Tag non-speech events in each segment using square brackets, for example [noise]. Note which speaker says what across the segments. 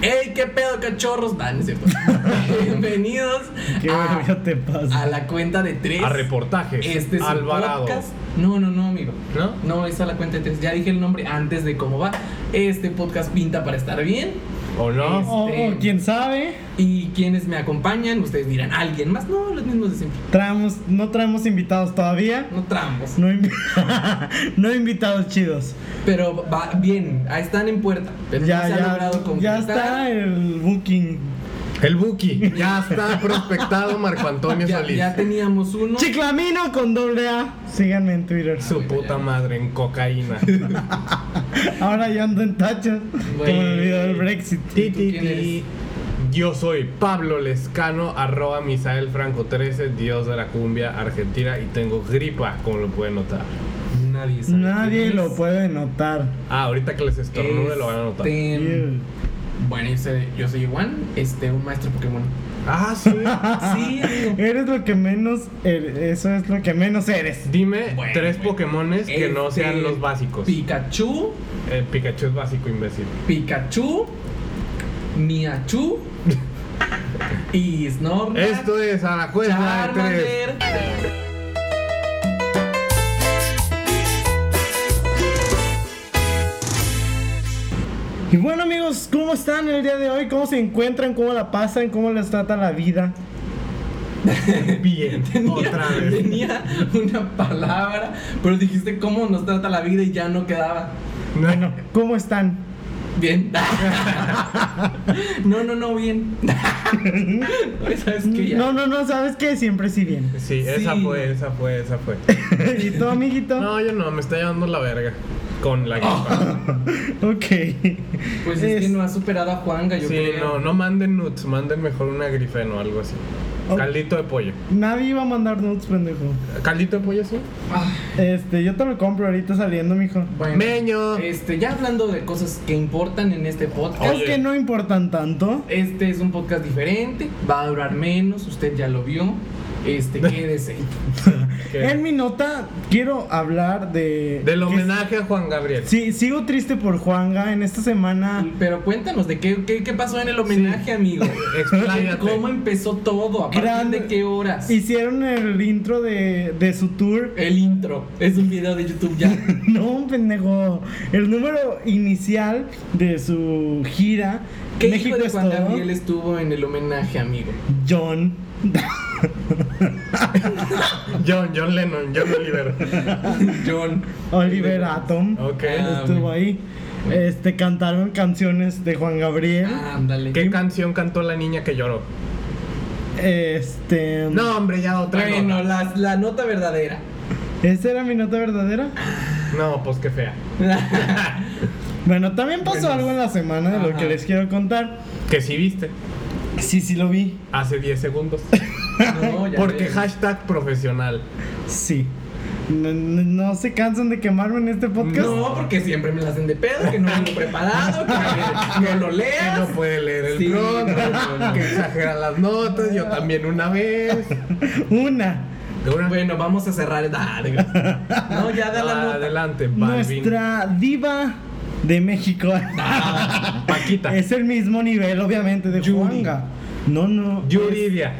Speaker 1: ¡Hey, qué pedo, cachorros! Nah, no es
Speaker 2: [laughs]
Speaker 1: cierto. Bienvenidos
Speaker 2: ¿Qué
Speaker 1: a,
Speaker 2: verga te pasa?
Speaker 1: a la cuenta de tres.
Speaker 3: A reportajes.
Speaker 1: Este es el
Speaker 3: Alvarado.
Speaker 1: podcast. No, no, no, amigo.
Speaker 3: ¿No?
Speaker 1: No, es a la cuenta de tres. Ya dije el nombre antes de cómo va. Este podcast pinta para estar bien.
Speaker 3: ¿O no?
Speaker 1: Es-
Speaker 2: O,
Speaker 1: este-
Speaker 2: o Oh, quién sabe,
Speaker 1: Y quienes me acompañan, ustedes dirán, ¿alguien más? No, los mismos de siempre.
Speaker 2: traemos, no traemos invitados todavía.
Speaker 1: No tramos.
Speaker 2: No, invi- [laughs] no invitados chidos.
Speaker 1: Pero va bien. Ahí están en puerta. Pero no
Speaker 2: Ya,
Speaker 1: se ha
Speaker 2: ya,
Speaker 1: logrado
Speaker 2: ya
Speaker 1: concretar.
Speaker 2: está el booking.
Speaker 3: El Buki. Ya está prospectado Marco Antonio
Speaker 1: Ya,
Speaker 3: Solís.
Speaker 1: ya teníamos uno.
Speaker 2: Chiclamino con doble A. Síganme en Twitter.
Speaker 3: Su puta madre en cocaína.
Speaker 2: Ahora yo ando en tachas.
Speaker 1: Güey.
Speaker 2: Como el video del Brexit.
Speaker 3: [laughs] Ti,
Speaker 1: tú
Speaker 3: ti,
Speaker 1: quién
Speaker 3: ti. Yo soy Pablo Lescano, arroba Misael Franco 13, dios de la cumbia argentina y tengo gripa, como lo pueden notar.
Speaker 1: Nadie sabe
Speaker 2: Nadie
Speaker 1: quién
Speaker 2: lo
Speaker 1: es.
Speaker 2: puede notar.
Speaker 3: Ah, ahorita que les estornude lo van a notar.
Speaker 1: Este,
Speaker 2: Ew.
Speaker 1: Bueno, yo soy, yo soy Juan, este, un maestro Pokémon.
Speaker 3: Ah, sí.
Speaker 1: Sí, [laughs] amigo.
Speaker 2: Eres lo que menos eres. Eso es lo que menos eres.
Speaker 3: Dime
Speaker 1: Bueno,
Speaker 3: tres
Speaker 1: bueno.
Speaker 3: Pokémones que no
Speaker 1: Este,
Speaker 3: sean los básicos.
Speaker 1: Pikachu,
Speaker 3: Eh, Pikachu es básico, imbécil.
Speaker 1: Pikachu, Miachu y Snorlax.
Speaker 3: Esto es a la cuenta de tres.
Speaker 1: Charmander.
Speaker 2: Y bueno, amigos, ¿cómo están el día de hoy? ¿Cómo se encuentran? ¿Cómo la pasan? ¿Cómo les trata la vida?
Speaker 1: [laughs]
Speaker 3: Bien,
Speaker 1: Tenía,
Speaker 3: otra vez.
Speaker 1: tenía una palabra, pero dijiste cómo nos trata la vida y ya no quedaba.
Speaker 3: Bueno,
Speaker 2: ¿Cómo están?
Speaker 1: Bien. [laughs] No, no, no, bien. [laughs] ¿Sabes qué? Ya.
Speaker 2: No, no, no, ¿sabes qué? Siempre sí bien.
Speaker 3: [laughs] sí,
Speaker 1: Sí.
Speaker 3: esa fue, esa fue, esa fue.
Speaker 2: ¿Y tú, amiguito?
Speaker 3: No, yo no, me está llevando la verga con la
Speaker 1: Ah,
Speaker 3: gripa.
Speaker 2: Ok.
Speaker 1: Pues es, que
Speaker 2: Es-
Speaker 1: no ha superado a Juanga, yo
Speaker 3: Sí,
Speaker 1: creo.
Speaker 3: no, no manden nuts, manden mejor una grifen o algo así.
Speaker 2: Oh.
Speaker 3: Caldito de pollo.
Speaker 2: Nadie iba a mandar nudes, pendejo.
Speaker 3: ¿Caldito de pollo sí?
Speaker 1: Ah,
Speaker 2: Este, yo te lo compro ahorita saliendo, mijo.
Speaker 1: bueno.
Speaker 3: Meño.
Speaker 1: Este, ya hablando de cosas que importan en este podcast.
Speaker 3: Oye.
Speaker 2: Es que no importan tanto.
Speaker 1: Este es un podcast diferente, va a durar menos, usted ya lo vio.
Speaker 2: [laughs]
Speaker 1: Este, quédese.
Speaker 3: ¿Qué?
Speaker 2: En mi nota quiero hablar de.
Speaker 3: Del
Speaker 2: que-
Speaker 3: homenaje a Juan Gabriel.
Speaker 2: Sí, sigo triste por Juanga. En esta semana.
Speaker 1: Pero cuéntanos de qué, qué, qué pasó en el homenaje,
Speaker 2: [laughs]
Speaker 1: amigo.
Speaker 3: Expláyate.
Speaker 1: ¿Cómo empezó todo? ¿A partir
Speaker 2: Gran-
Speaker 1: de qué horas?
Speaker 2: Hicieron el intro de, de su tour.
Speaker 1: El intro. Es un video de YouTube
Speaker 2: [laughs]
Speaker 1: ya.
Speaker 2: No, pendejo. El número inicial de su gira.
Speaker 1: ¿Qué
Speaker 2: México
Speaker 1: hijo de
Speaker 2: es
Speaker 1: Juan
Speaker 2: todo.
Speaker 1: Gabriel estuvo en el homenaje,
Speaker 2: [laughs]
Speaker 1: amigo?
Speaker 2: John.
Speaker 3: John, John Lennon, John Oliver.
Speaker 1: [laughs] John.
Speaker 2: Oliver Atom.
Speaker 3: Ok.
Speaker 1: Ah,
Speaker 2: Estuvo
Speaker 1: muy-
Speaker 2: ahí. Este, cantaron canciones de Juan Gabriel.
Speaker 1: Ándale.
Speaker 3: ¿Qué canción cantó la niña que lloró?
Speaker 2: Este.
Speaker 3: No, hombre, ya otra
Speaker 1: Bueno,
Speaker 3: nota.
Speaker 1: la, la nota
Speaker 2: [laughs]
Speaker 1: verdadera. [laughs]
Speaker 2: ¿Esa era mi nota verdadera?
Speaker 3: No, pues qué fea.
Speaker 2: Bueno, también pasó
Speaker 1: Bueno.
Speaker 2: algo en la semana de lo
Speaker 1: Ajá.
Speaker 2: que les quiero contar.
Speaker 3: Que sí viste.
Speaker 2: Sí, sí lo vi.
Speaker 3: Hace 10 segundos.
Speaker 1: No, [laughs] ya
Speaker 3: Porque
Speaker 1: ves.
Speaker 3: hashtag profesional.
Speaker 2: Sí. No, no- no se cansan de quemarme en este podcast.
Speaker 1: No, porque siempre me la hacen de pedo, que no vengo preparado, que
Speaker 3: [laughs]
Speaker 1: no lo
Speaker 3: Que
Speaker 1: leas.
Speaker 3: no puede leer el
Speaker 1: Sí,
Speaker 3: prompt,
Speaker 1: no, no, no.
Speaker 3: que exagera las notas, yo también una vez.
Speaker 2: Una.
Speaker 3: De una-
Speaker 1: Bueno, vamos a cerrar. Ah, digo. No, ya da la
Speaker 3: Ah,
Speaker 1: nota.
Speaker 3: adelante, Balvin.
Speaker 2: Nuestra diva de México.
Speaker 1: Ah.
Speaker 3: Paquita.
Speaker 2: es el mismo nivel, obviamente, de
Speaker 1: Yuri.
Speaker 2: Juanga. No, no. [laughs]
Speaker 3: Yuridia.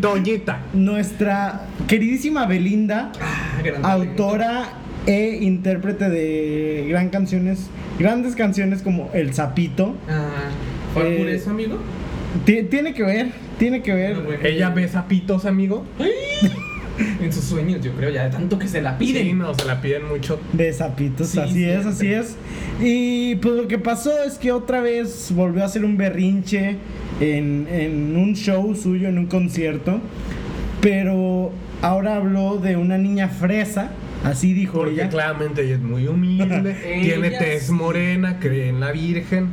Speaker 3: Doñita.
Speaker 2: Nuestra queridísima Belinda,
Speaker 1: Ah, gran talento.
Speaker 2: autora e intérprete de gran canciones, grandes canciones como El Zapito.
Speaker 1: Ah, ¿Fue
Speaker 2: Eh,
Speaker 1: por eso, amigo?
Speaker 2: Ti- Tiene que ver, tiene que ver.
Speaker 1: No, bueno.
Speaker 3: eh, Ella besa pitos, amigo.
Speaker 1: En sus sueños, yo creo, ya de tanto que se la
Speaker 3: Sí,
Speaker 1: piden.
Speaker 3: no, se la piden mucho.
Speaker 2: De zapitos,
Speaker 1: Sí,
Speaker 2: así es, así
Speaker 1: siempre.
Speaker 2: es. Y pues lo que pasó es que otra vez volvió a hacer un berrinche en, en un show suyo, en un concierto. Pero ahora habló de una niña fresa, así dijo
Speaker 3: Porque
Speaker 2: ella.
Speaker 3: claramente ella es muy
Speaker 2: [laughs]
Speaker 3: humilde. tiene
Speaker 1: Ella
Speaker 3: tez
Speaker 1: sí.
Speaker 3: morena, cree en la virgen.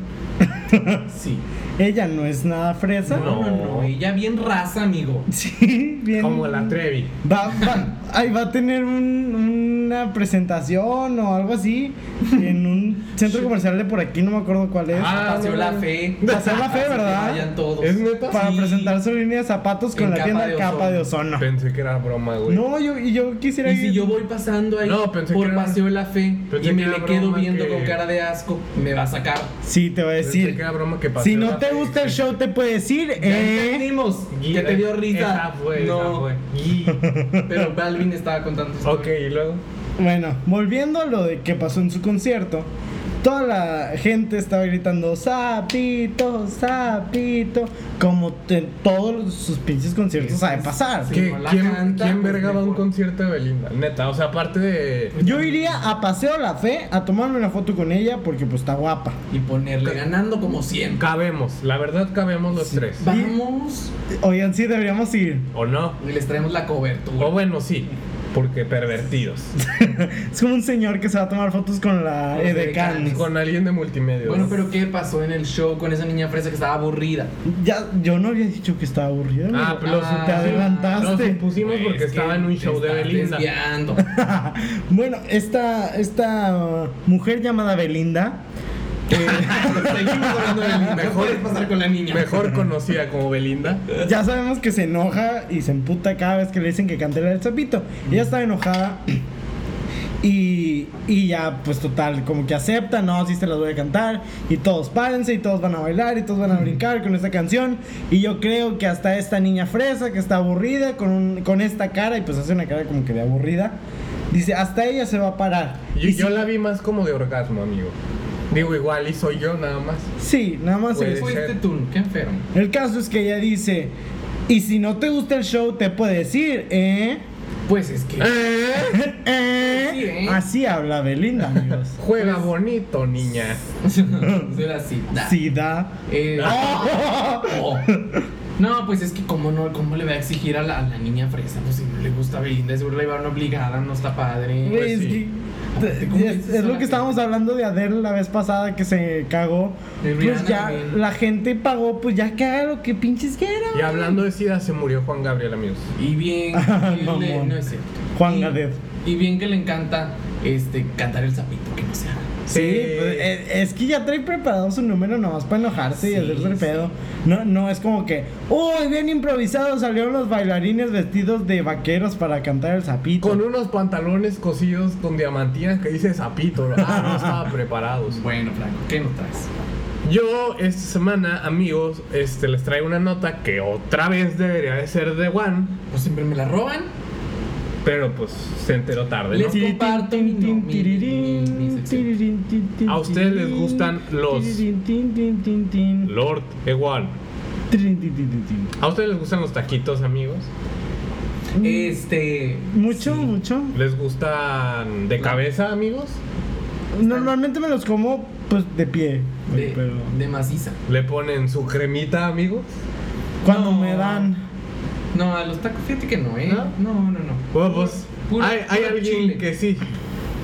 Speaker 1: Sí.
Speaker 2: Ella no es nada fresa.
Speaker 1: No, no, no. Ella bien raza, amigo.
Speaker 2: [laughs] Sí, bien.
Speaker 3: Como la Trevi.
Speaker 2: Va, va, ay, va a tener un- una presentación o algo así en un un centro comercial de por aquí, no me acuerdo cuál es.
Speaker 3: Ah,
Speaker 1: Paseo La Fe.
Speaker 2: Paseo La Fe,
Speaker 1: Así que
Speaker 2: ¿verdad?
Speaker 1: Vayan todos.
Speaker 3: ¿Es neta?
Speaker 2: para
Speaker 1: sí.
Speaker 2: presentar su línea de zapatos con
Speaker 1: En
Speaker 2: la
Speaker 1: capa
Speaker 2: tienda
Speaker 1: de
Speaker 2: capa de
Speaker 1: ozono.
Speaker 2: ozono.
Speaker 3: Pensé que era broma, güey.
Speaker 2: No, yo, y yo quisiera
Speaker 1: Y si
Speaker 2: ir-
Speaker 1: yo voy pasando ahí
Speaker 3: No, pensé
Speaker 1: por
Speaker 3: que era-
Speaker 1: Paseo de la Fe
Speaker 3: pensé
Speaker 1: y me
Speaker 3: que era
Speaker 1: le quedo
Speaker 3: broma
Speaker 1: viendo
Speaker 3: que-
Speaker 1: con cara de asco, me va a sacar.
Speaker 2: Sí, te voy a
Speaker 3: Pensé que
Speaker 2: decir.
Speaker 3: era broma que pasó.
Speaker 2: Si no te gusta el show, te puedes ir.
Speaker 1: Ya
Speaker 2: Eh,
Speaker 1: entendimos. ¿Qué te dio
Speaker 3: Esa
Speaker 1: risa?
Speaker 3: fue, esa
Speaker 1: no,
Speaker 3: fue.
Speaker 2: [laughs]
Speaker 3: Y-
Speaker 1: pero Balvin estaba contando esto.
Speaker 3: Ok, y luego.
Speaker 2: Bueno, volviendo a lo de que pasó en su concierto, toda la gente estaba gritando sapito, sapito, como en todos sus pinches conciertos sabe pasar.
Speaker 1: Sí.
Speaker 3: ¿Qué?
Speaker 1: no la
Speaker 3: ¿Quién,
Speaker 1: canta,
Speaker 3: quién
Speaker 1: pues,
Speaker 3: verga va a un
Speaker 1: mejor.
Speaker 3: concierto de Belinda? Neta, o sea, aparte de.
Speaker 2: Yo iría a Paseo La Fe a tomarme una foto con ella porque pues está guapa.
Speaker 1: Y ponerle ganando como siempre.
Speaker 3: Cabemos, la verdad cabemos los tres.
Speaker 1: Vamos
Speaker 2: Oigan, sí, deberíamos ir.
Speaker 3: ¿O no?
Speaker 1: y les traemos la cobertura.
Speaker 3: O bueno, sí, porque pervertidos.
Speaker 2: Es como un señor que se va a tomar fotos con la
Speaker 1: Con los
Speaker 2: edecán.
Speaker 1: edecanes.
Speaker 3: Con alguien de multimedia.
Speaker 1: Bueno, pero ¿qué pasó en el show con esa niña fresa que estaba aburrida?
Speaker 2: Ya, yo no había dicho que estaba aburrido.
Speaker 3: Ah,
Speaker 2: amigo.
Speaker 3: pero lo
Speaker 1: Ah,
Speaker 2: te
Speaker 3: supu- lo
Speaker 2: adelantaste.
Speaker 3: supusimos porque
Speaker 1: Es que
Speaker 3: estaba en un
Speaker 1: te
Speaker 3: show de
Speaker 1: estás [laughs]
Speaker 3: Belinda.
Speaker 1: desviando.
Speaker 2: bueno, esta, esta mujer llamada Belinda.
Speaker 1: Eh, Seguimos hablando de Belinda. Mejor es pasar con la niña.
Speaker 3: Mejor conocida como Belinda.
Speaker 2: Ya sabemos que se enoja y se emputa cada vez que le dicen que cante la del sapito. Ella estaba enojada y, y ya, pues total, como que acepta, no, sí se las voy a cantar. Y todos párense y todos van a bailar y todos van a brincar con esta canción. Y yo creo que hasta esta niña fresa que está aburrida con, un- con esta cara y pues hace una cara como que de aburrida. Dice, hasta ella se va a parar.
Speaker 3: Yo,
Speaker 2: Y
Speaker 3: yo
Speaker 2: sí-
Speaker 3: la vi más como de orgasmo, amigo. Digo, igual y soy yo nada más.
Speaker 2: Sí, nada más
Speaker 3: Pues,
Speaker 2: es-
Speaker 1: Fuiste tú, este qué enfermo.
Speaker 2: El caso es que ella dice, y si no te gusta el show, te puedes ir, ¿eh?
Speaker 1: Pues es [laughs] que.
Speaker 2: Eh,
Speaker 1: Sí, ¿eh?
Speaker 2: Así habla Belinda, amigos.
Speaker 1: [laughs]
Speaker 3: Juega bonito, niña.
Speaker 1: Será así. da.
Speaker 2: Sí, da.
Speaker 1: Eh,
Speaker 2: ¡Oh!
Speaker 1: oh. [laughs] No, pues es que cómo no, cómo le va a exigir a la, a la niña fresa, pues si no le gusta Belinda, seguro la llevaron obligada, no está padre. pues,
Speaker 2: Güey, es,
Speaker 3: sí.
Speaker 2: que-
Speaker 1: ¿Cómo
Speaker 2: es-
Speaker 1: dices
Speaker 2: es
Speaker 1: a
Speaker 2: lo
Speaker 1: la
Speaker 2: que estábamos hablando de Adele la vez pasada que se cagó.
Speaker 1: De
Speaker 2: Pues
Speaker 1: Rihanna
Speaker 2: ya
Speaker 1: también.
Speaker 2: la gente pagó, pues ya que haga lo que pinches quiera.
Speaker 3: Y hablando de SIDA, se murió Juan Gabriel, amigos.
Speaker 1: Y
Speaker 3: [laughs]
Speaker 1: bien,
Speaker 2: Ah,
Speaker 1: bien
Speaker 2: mamón.
Speaker 1: le- no es cierto.
Speaker 2: Juan
Speaker 1: Y-
Speaker 2: Gadet.
Speaker 1: Y bien que le encanta este cantar el sapito, que no sea.
Speaker 2: Sí,
Speaker 3: Eh,
Speaker 2: pues, eh, es que ya trae preparado su número nomás para enojarse y
Speaker 1: Sí,
Speaker 2: hacerse el
Speaker 1: sí.
Speaker 2: pedo. No, no es como que, uy, bien improvisado salieron los bailarines vestidos de vaqueros para cantar el sapito.
Speaker 3: Con unos pantalones cosidos con diamantina que dice Zapito. Ah, no estaba preparados.
Speaker 1: pues, Bueno, Franco, ¿qué nos traes?
Speaker 3: Yo esta semana, amigos, este, les traigo una nota que otra vez debería de ser de Juan,
Speaker 1: Pues siempre me la roban.
Speaker 3: pero pues se enteró tarde,
Speaker 1: Les-
Speaker 3: ¿no?
Speaker 2: Tirirín,
Speaker 1: comparto mi-
Speaker 2: tirirín,
Speaker 1: no, mi- mi- mi
Speaker 2: tirirín,
Speaker 1: sección.
Speaker 2: tirirín, tin, tin,
Speaker 3: ¿A ustedes les
Speaker 2: tirirín,
Speaker 3: gustan los-
Speaker 2: tirirín, tin, tin, tin, tin,
Speaker 3: Lord Ewan.
Speaker 2: tirirín, tin, tin, tin, tin?
Speaker 3: ¿A ustedes les gustan los taquitos, amigos? Mm.
Speaker 1: Este.
Speaker 2: Mucho,
Speaker 1: sí.
Speaker 2: mucho.
Speaker 3: ¿Les gustan de cabeza, amigos?
Speaker 2: Normalmente me los como pues de pie. güey,
Speaker 1: De,
Speaker 2: pero
Speaker 1: de maciza.
Speaker 3: ¿Le ponen su cremita, amigos?
Speaker 2: cuando
Speaker 1: No.
Speaker 2: me dan.
Speaker 1: No, a los tacos, fíjate que no, ¿eh?
Speaker 3: ¿No?
Speaker 1: No, no, no.
Speaker 3: Bueno, pues
Speaker 1: Puro-
Speaker 3: hay, hay
Speaker 1: puro
Speaker 3: alguien
Speaker 1: chile.
Speaker 3: que sí.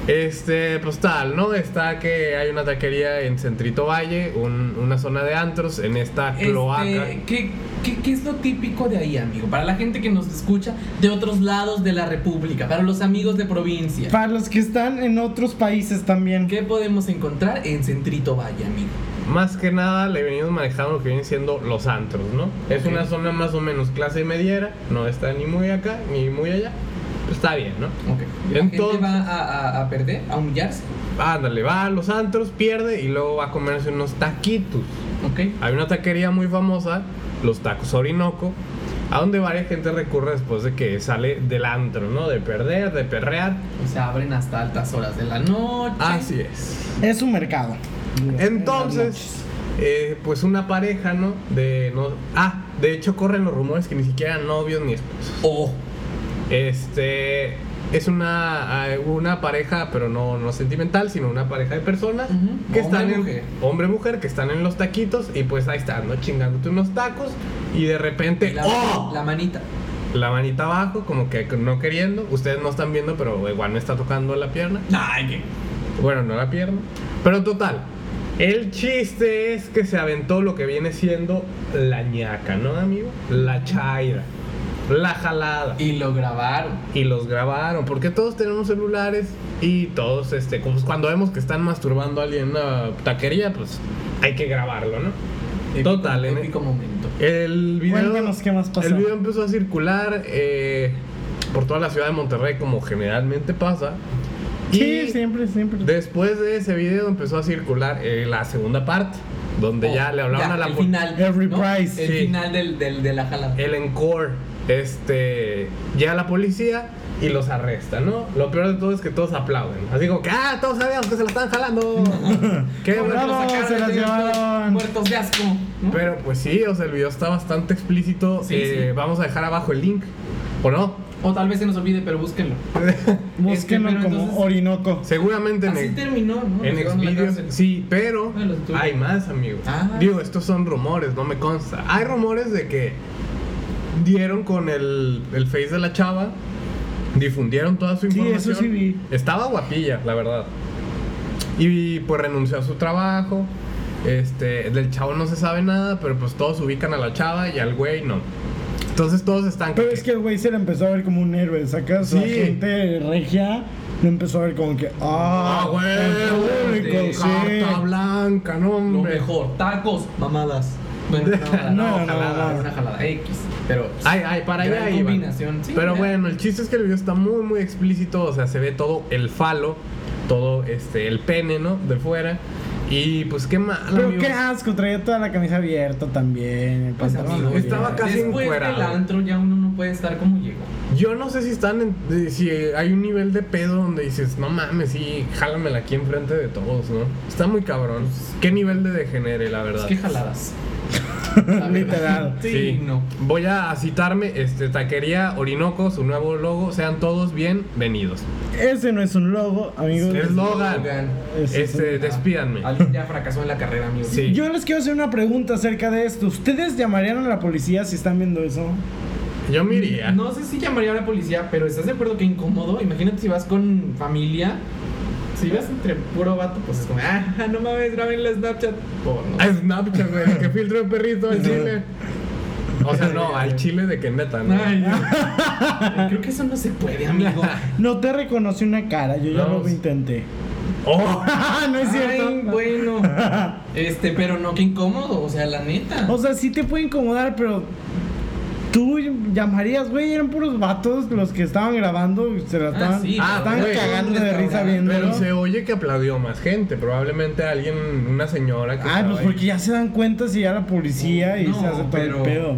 Speaker 3: Este, pues tal, ¿no? Está que hay una taquería en Centrito Valle, un- una zona de antros, en esta
Speaker 1: Este,
Speaker 3: cloaca.
Speaker 1: ¿qué, qué, qué es lo típico de ahí, amigo? Para la gente que nos escucha de otros lados de la República, para los amigos de provincia.
Speaker 2: Para los que están en otros países también.
Speaker 1: ¿Qué podemos encontrar en Centrito Valle, amigo?
Speaker 3: Más que nada le venimos manejando lo que vienen siendo los antros, ¿no? Es
Speaker 1: Ok.
Speaker 3: una zona más o menos clase mediera, no está ni muy acá ni muy allá. Pues está bien, ¿no?
Speaker 1: Ok. ¿La
Speaker 3: Entonces-
Speaker 1: gente va a, a- a perder, a humillarse?
Speaker 3: Ándale, va a los antros, pierde y luego va a comerse unos taquitos.
Speaker 1: Ok.
Speaker 3: Hay una taquería muy famosa, los tacos Orinoco, a donde varias gente recurre después de que sale del antro, ¿no? De perder, de perrear.
Speaker 1: O sea, abren hasta altas horas de la noche.
Speaker 3: Así es.
Speaker 2: Es un mercado.
Speaker 3: Entonces, eh, pues una pareja, ¿no? De no. Ah, de hecho corren los rumores que ni siquiera novios ni esposos.
Speaker 1: O
Speaker 3: Este es una, eh, una pareja, pero no, no sentimental, sino una pareja de personas
Speaker 1: Ujú. Hombre,
Speaker 3: que están en
Speaker 1: mujer.
Speaker 3: hombre mujer que están en los taquitos y pues ahí están, ¿no? chingándote unos tacos y de repente
Speaker 1: la,
Speaker 3: ¡oh!
Speaker 1: la
Speaker 3: la,
Speaker 1: manita.
Speaker 3: manita abajo, como que no queriendo, ustedes no están viendo, pero igual no está tocando la pierna.
Speaker 1: Ay, qué.
Speaker 3: Bueno, no la pierna, pero total. El chiste es que se aventó lo que viene siendo la ñaca, ¿no, amigo? La chaira. La jalada.
Speaker 1: Y lo grabaron.
Speaker 3: Y los grabaron, porque todos tenemos celulares y todos, este, como cuando vemos que están masturbando a alguien en una taquería, pues hay que grabarlo, ¿no?
Speaker 1: Épico-
Speaker 3: Total, en-
Speaker 1: épico momento.
Speaker 3: El video,
Speaker 2: Cuéntanos qué más pasó.
Speaker 3: el video empezó a circular eh, por toda la ciudad de Monterrey, como generalmente pasa.
Speaker 2: Sí, siempre, siempre. [laughs]
Speaker 3: Después de ese video empezó a circular eh, la segunda parte, donde ya le hablaban a la
Speaker 1: Oh, el
Speaker 3: pol-
Speaker 1: final,
Speaker 2: Every
Speaker 1: ¿no?
Speaker 2: price.
Speaker 1: El
Speaker 3: Sí.
Speaker 1: final del, del- de la jalada.
Speaker 3: el encore, este, llega la policía y los arresta, ¿no? Lo peor de todo es que todos aplauden, así como que, ah, todos sabíamos que se la están
Speaker 1: [laughs]
Speaker 3: jalando. Qué
Speaker 1: Porque lo
Speaker 3: bueno que lo
Speaker 2: bravo!
Speaker 1: sacaron
Speaker 3: sacaron.
Speaker 2: se
Speaker 1: y
Speaker 2: las
Speaker 1: tenían todos
Speaker 2: llevaron.
Speaker 1: Muertos de asco. ¿no?
Speaker 3: Pero pues sí, o sea, el video está bastante explícito.
Speaker 1: Sí,
Speaker 3: Eh,
Speaker 1: sí.
Speaker 3: Vamos a dejar abajo el link, ¿o no?
Speaker 1: o tal vez se nos olvide, pero búsquenlo. Este,
Speaker 3: Este,
Speaker 2: Búsquenlo
Speaker 1: pero
Speaker 2: como
Speaker 1: entonces-
Speaker 2: Orinoco.
Speaker 3: Seguramente en
Speaker 1: Así
Speaker 3: el-
Speaker 1: terminó, ¿no?
Speaker 3: En
Speaker 1: Nos llevaron a la
Speaker 3: Xvideos,
Speaker 1: cárcel.
Speaker 3: sí, pero
Speaker 1: Bueno, los tuyos.
Speaker 3: hay más, amigos.
Speaker 1: Ah.
Speaker 3: Digo, estos son rumores, no me consta. Hay rumores de que dieron con el, el face de la chava, difundieron toda su
Speaker 2: Sí,
Speaker 3: información.
Speaker 2: eso sí vi.
Speaker 3: Estaba guapilla, la verdad. Y pues renunció a su trabajo. Este, del chavo no se sabe nada, pero pues todos ubican a la chava y al güey no. Entonces todos están
Speaker 2: Pero es que el güey se le empezó a ver como un héroe. Sacas
Speaker 3: Sí.
Speaker 2: la gente regia, lo empezó a ver como que. ¡Ah,
Speaker 3: Ah, güey,
Speaker 2: el
Speaker 1: de
Speaker 2: público,
Speaker 3: carta
Speaker 2: sí!
Speaker 3: blanca, no
Speaker 1: Lo
Speaker 3: hombre.
Speaker 1: mejor, tacos, mamadas. Bueno, no, jalada,
Speaker 2: No,
Speaker 1: no,
Speaker 2: no,
Speaker 1: jalada,
Speaker 2: no.
Speaker 1: una jalada X. Pero
Speaker 3: Ay, ay, para
Speaker 1: Gran
Speaker 3: allá iban.
Speaker 1: combinación, sí,
Speaker 3: Pero
Speaker 1: ya.
Speaker 3: bueno, el chiste es que el video está muy, muy explícito. O sea, se ve todo el falo, todo este, el pene, ¿no? De fuera. Y pues qué mal,
Speaker 2: Pero
Speaker 3: amigos.
Speaker 2: qué asco, traía toda la camisa abierta también. El
Speaker 1: pues,
Speaker 2: pantalón
Speaker 1: amigo,
Speaker 2: abierto.
Speaker 3: estaba casi
Speaker 1: Después
Speaker 3: encuerado.
Speaker 1: del antro ya uno no puede estar como llegó.
Speaker 3: Yo no sé si están en- de- si hay un nivel de pedo donde dices, no mames, sí, jálamela aquí enfrente de todos, ¿no? Está muy cabrón. Qué nivel de degenere, la
Speaker 1: Es
Speaker 3: verdad.
Speaker 1: que jaladas. La
Speaker 2: Literal.
Speaker 1: verdad. Sí, no.
Speaker 3: Voy a citarme, este, Taquería Orinoco, su nuevo logo. Sean todos bienvenidos.
Speaker 2: Ese no es un logo, amigos.
Speaker 3: Es Logan.
Speaker 2: Ese es
Speaker 3: Este,
Speaker 2: un-
Speaker 3: despídanme.
Speaker 1: Alguien ya fracasó en la carrera, amigo.
Speaker 3: Sí.
Speaker 2: Yo les quiero hacer una pregunta acerca de esto. ¿Ustedes llamarían a la policía si están viendo eso?
Speaker 3: Yo me iría.
Speaker 1: No sé si llamaría a la policía, pero ¿estás de acuerdo que incómodo? Imagínate si vas con familia. Si vas entre puro vato, pues es como, ah, no mames, graben la Snapchat. O no.
Speaker 3: A Snapchat, güey, de que filtro el perrito al chile. O sea, no, al chile de que neta, ¿no?
Speaker 1: Ay, no. Creo que eso no se
Speaker 2: [laughs]
Speaker 1: puede, amigo.
Speaker 2: No te reconocí una cara, yo ya
Speaker 3: No,
Speaker 2: lo
Speaker 3: sí.
Speaker 2: intenté.
Speaker 3: [laughs] Oh,
Speaker 2: no es cierto.
Speaker 1: Ay, bueno. Este, pero no, qué incómodo, o sea, la neta.
Speaker 2: [laughs] O sea, sí te puede incomodar, pero tú llamarías, güey, eran puros vatos los que estaban grabando, se la
Speaker 1: Ah,
Speaker 2: estaban,
Speaker 1: sí,
Speaker 3: ah,
Speaker 2: estaban
Speaker 3: güey.
Speaker 2: cagando de risa
Speaker 1: Pero
Speaker 2: viendo.
Speaker 3: pero se oye que aplaudió más gente. Probablemente alguien, una señora que.
Speaker 2: Ay,
Speaker 3: estaba
Speaker 2: pues
Speaker 3: ahí.
Speaker 2: porque ya se dan cuenta si ya la policía y
Speaker 1: No,
Speaker 2: se hace todo
Speaker 1: pero-
Speaker 2: el pedo.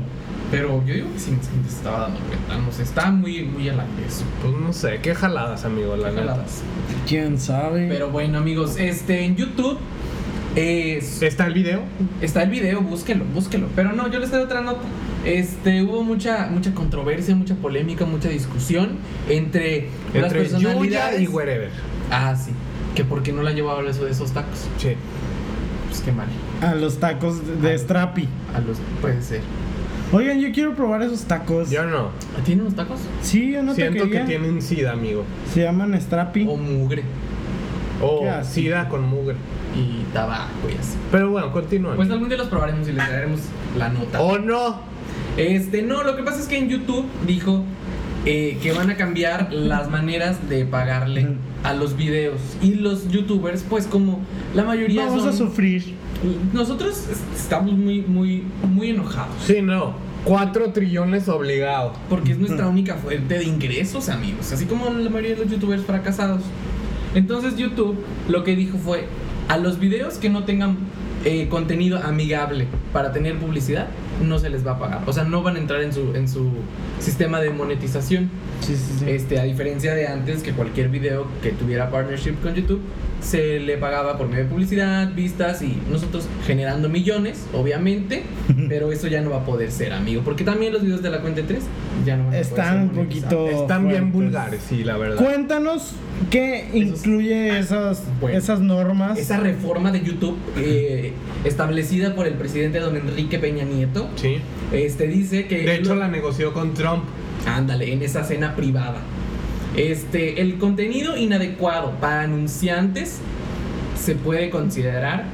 Speaker 1: Pero yo digo que sí, sí se estaba dando cuenta, no sé, está muy, muy al aire eso.
Speaker 3: Pues no sé, qué jaladas, amigo, la neta.
Speaker 1: Jaladas.
Speaker 2: ¿Quién sabe?
Speaker 1: Pero bueno, amigos, este, en YouTube eh,
Speaker 3: ¿Está el video?
Speaker 1: está el video, búsquelo, búsquelo. Pero no, yo les doy otra nota. Este, hubo mucha, mucha controversia, mucha polémica, mucha discusión entre, las
Speaker 3: Entre Yuya
Speaker 1: personalidades.
Speaker 3: y Wherever.
Speaker 1: Ah, sí. Que porque no la llevaba eso de esos tacos.
Speaker 3: Sí.
Speaker 1: Pues qué mal.
Speaker 2: A los tacos de, de Strapi.
Speaker 1: A los, puede ser.
Speaker 2: Oigan, yo quiero probar esos tacos.
Speaker 3: Yo no.
Speaker 1: ¿Tiene unos tacos?
Speaker 2: Sí, yo no te
Speaker 3: Siento que
Speaker 2: quería.
Speaker 3: tienen sida, amigo.
Speaker 2: Se llaman Strapi.
Speaker 1: O mugre
Speaker 3: O
Speaker 2: Qué asco.
Speaker 3: sida con mugre.
Speaker 1: y tabaco y así.
Speaker 3: Pero bueno, continúen.
Speaker 1: Pues algún día los probaremos y les daremos la nota.
Speaker 3: ¿O no?
Speaker 1: Este, no, lo que pasa es que en YouTube dijo eh, que van a cambiar las maneras de pagarle a los videos. Y los youtubers, pues como la mayoría
Speaker 2: Vamos a
Speaker 1: son...
Speaker 2: sufrir.
Speaker 1: Nosotros es- estamos muy, muy, muy enojados.
Speaker 3: Sí, no. Cuatro trillones obligados.
Speaker 1: Porque es nuestra única fuente de ingresos, amigos. Así como la mayoría de los youtubers fracasados. Entonces YouTube lo que dijo fue, a los videos que no tengan eh, contenido amigable para tener publicidad, no se les va a pagar. O sea, no van a entrar en su, en su sistema de monetización.
Speaker 2: Sí, sí, sí.
Speaker 1: Este, a diferencia de antes que cualquier video que tuviera partnership con YouTube se le pagaba por medio de publicidad, vistas y nosotros generando millones,
Speaker 2: [laughs]
Speaker 1: obviamente, pero eso ya no va a poder ser, amigo, porque también los videos de la cuenta 3 ya no van a poder
Speaker 2: Están
Speaker 1: ser
Speaker 2: un
Speaker 1: monetizados.
Speaker 2: poquito
Speaker 3: Están bien
Speaker 2: Oh, fuertes.
Speaker 3: vulgares, sí, la verdad.
Speaker 2: Cuéntanos qué incluye esas,
Speaker 1: Ah, bueno.
Speaker 2: esas normas.
Speaker 1: Esa reforma de YouTube eh, establecida por el presidente don Enrique Peña Nieto,
Speaker 3: Sí.
Speaker 1: este dice que
Speaker 3: De hecho, la negoció con Trump.
Speaker 1: Ándale, en esa cena privada. Este, el contenido inadecuado para anunciantes se puede considerar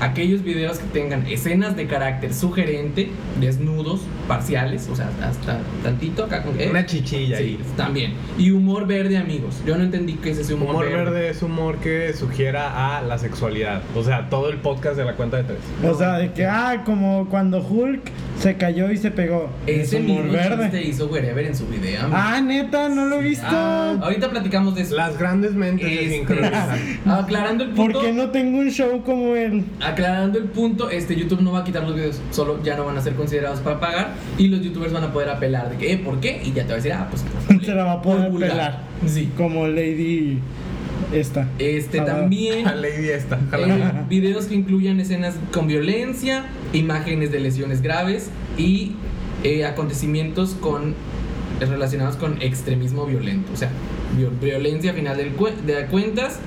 Speaker 1: aquellos videos que tengan escenas de carácter sugerente, desnudos, parciales, o sea, hasta tantito acá con... eh,
Speaker 3: Una chichilla
Speaker 1: sí,
Speaker 3: ahí.
Speaker 1: también. Y humor verde, amigos. Yo no entendí qué es ese humor,
Speaker 3: Humor verde es humor que sugiera a la sexualidad. O sea, todo el podcast de la cuenta de tres.
Speaker 2: O sea, de que, ah, como cuando Hulk se cayó y se pegó.
Speaker 1: Ese
Speaker 2: Es humor
Speaker 1: mismo chiste hizo Wherever en su video. amigo.
Speaker 2: Ah, neta, no lo he visto.
Speaker 1: Ah, ahorita platicamos de eso.
Speaker 3: Las grandes mentes se
Speaker 1: Este,
Speaker 3: sincronizan.
Speaker 1: [laughs] aclarando el punto.
Speaker 2: ¿Por qué no tengo un show como él?
Speaker 1: Aclarando el punto, este YouTube no va a quitar los videos, solo ya no van a ser considerados para pagar y los youtubers van a poder apelar de que, eh, ¿por qué? Y ya te va a decir, ah, pues por
Speaker 2: [laughs] Se la va a poder
Speaker 1: por vulgar.
Speaker 2: pelar.
Speaker 1: Sí.
Speaker 2: Como Lady esta.
Speaker 1: Este
Speaker 2: Ah, va.
Speaker 1: también
Speaker 3: [laughs] La lady esta. ojalá.
Speaker 1: eh, videos que incluyan escenas con violencia, imágenes de lesiones graves y eh, acontecimientos con relacionados con extremismo violento, o sea, viol- violencia al final del cue- de cuentas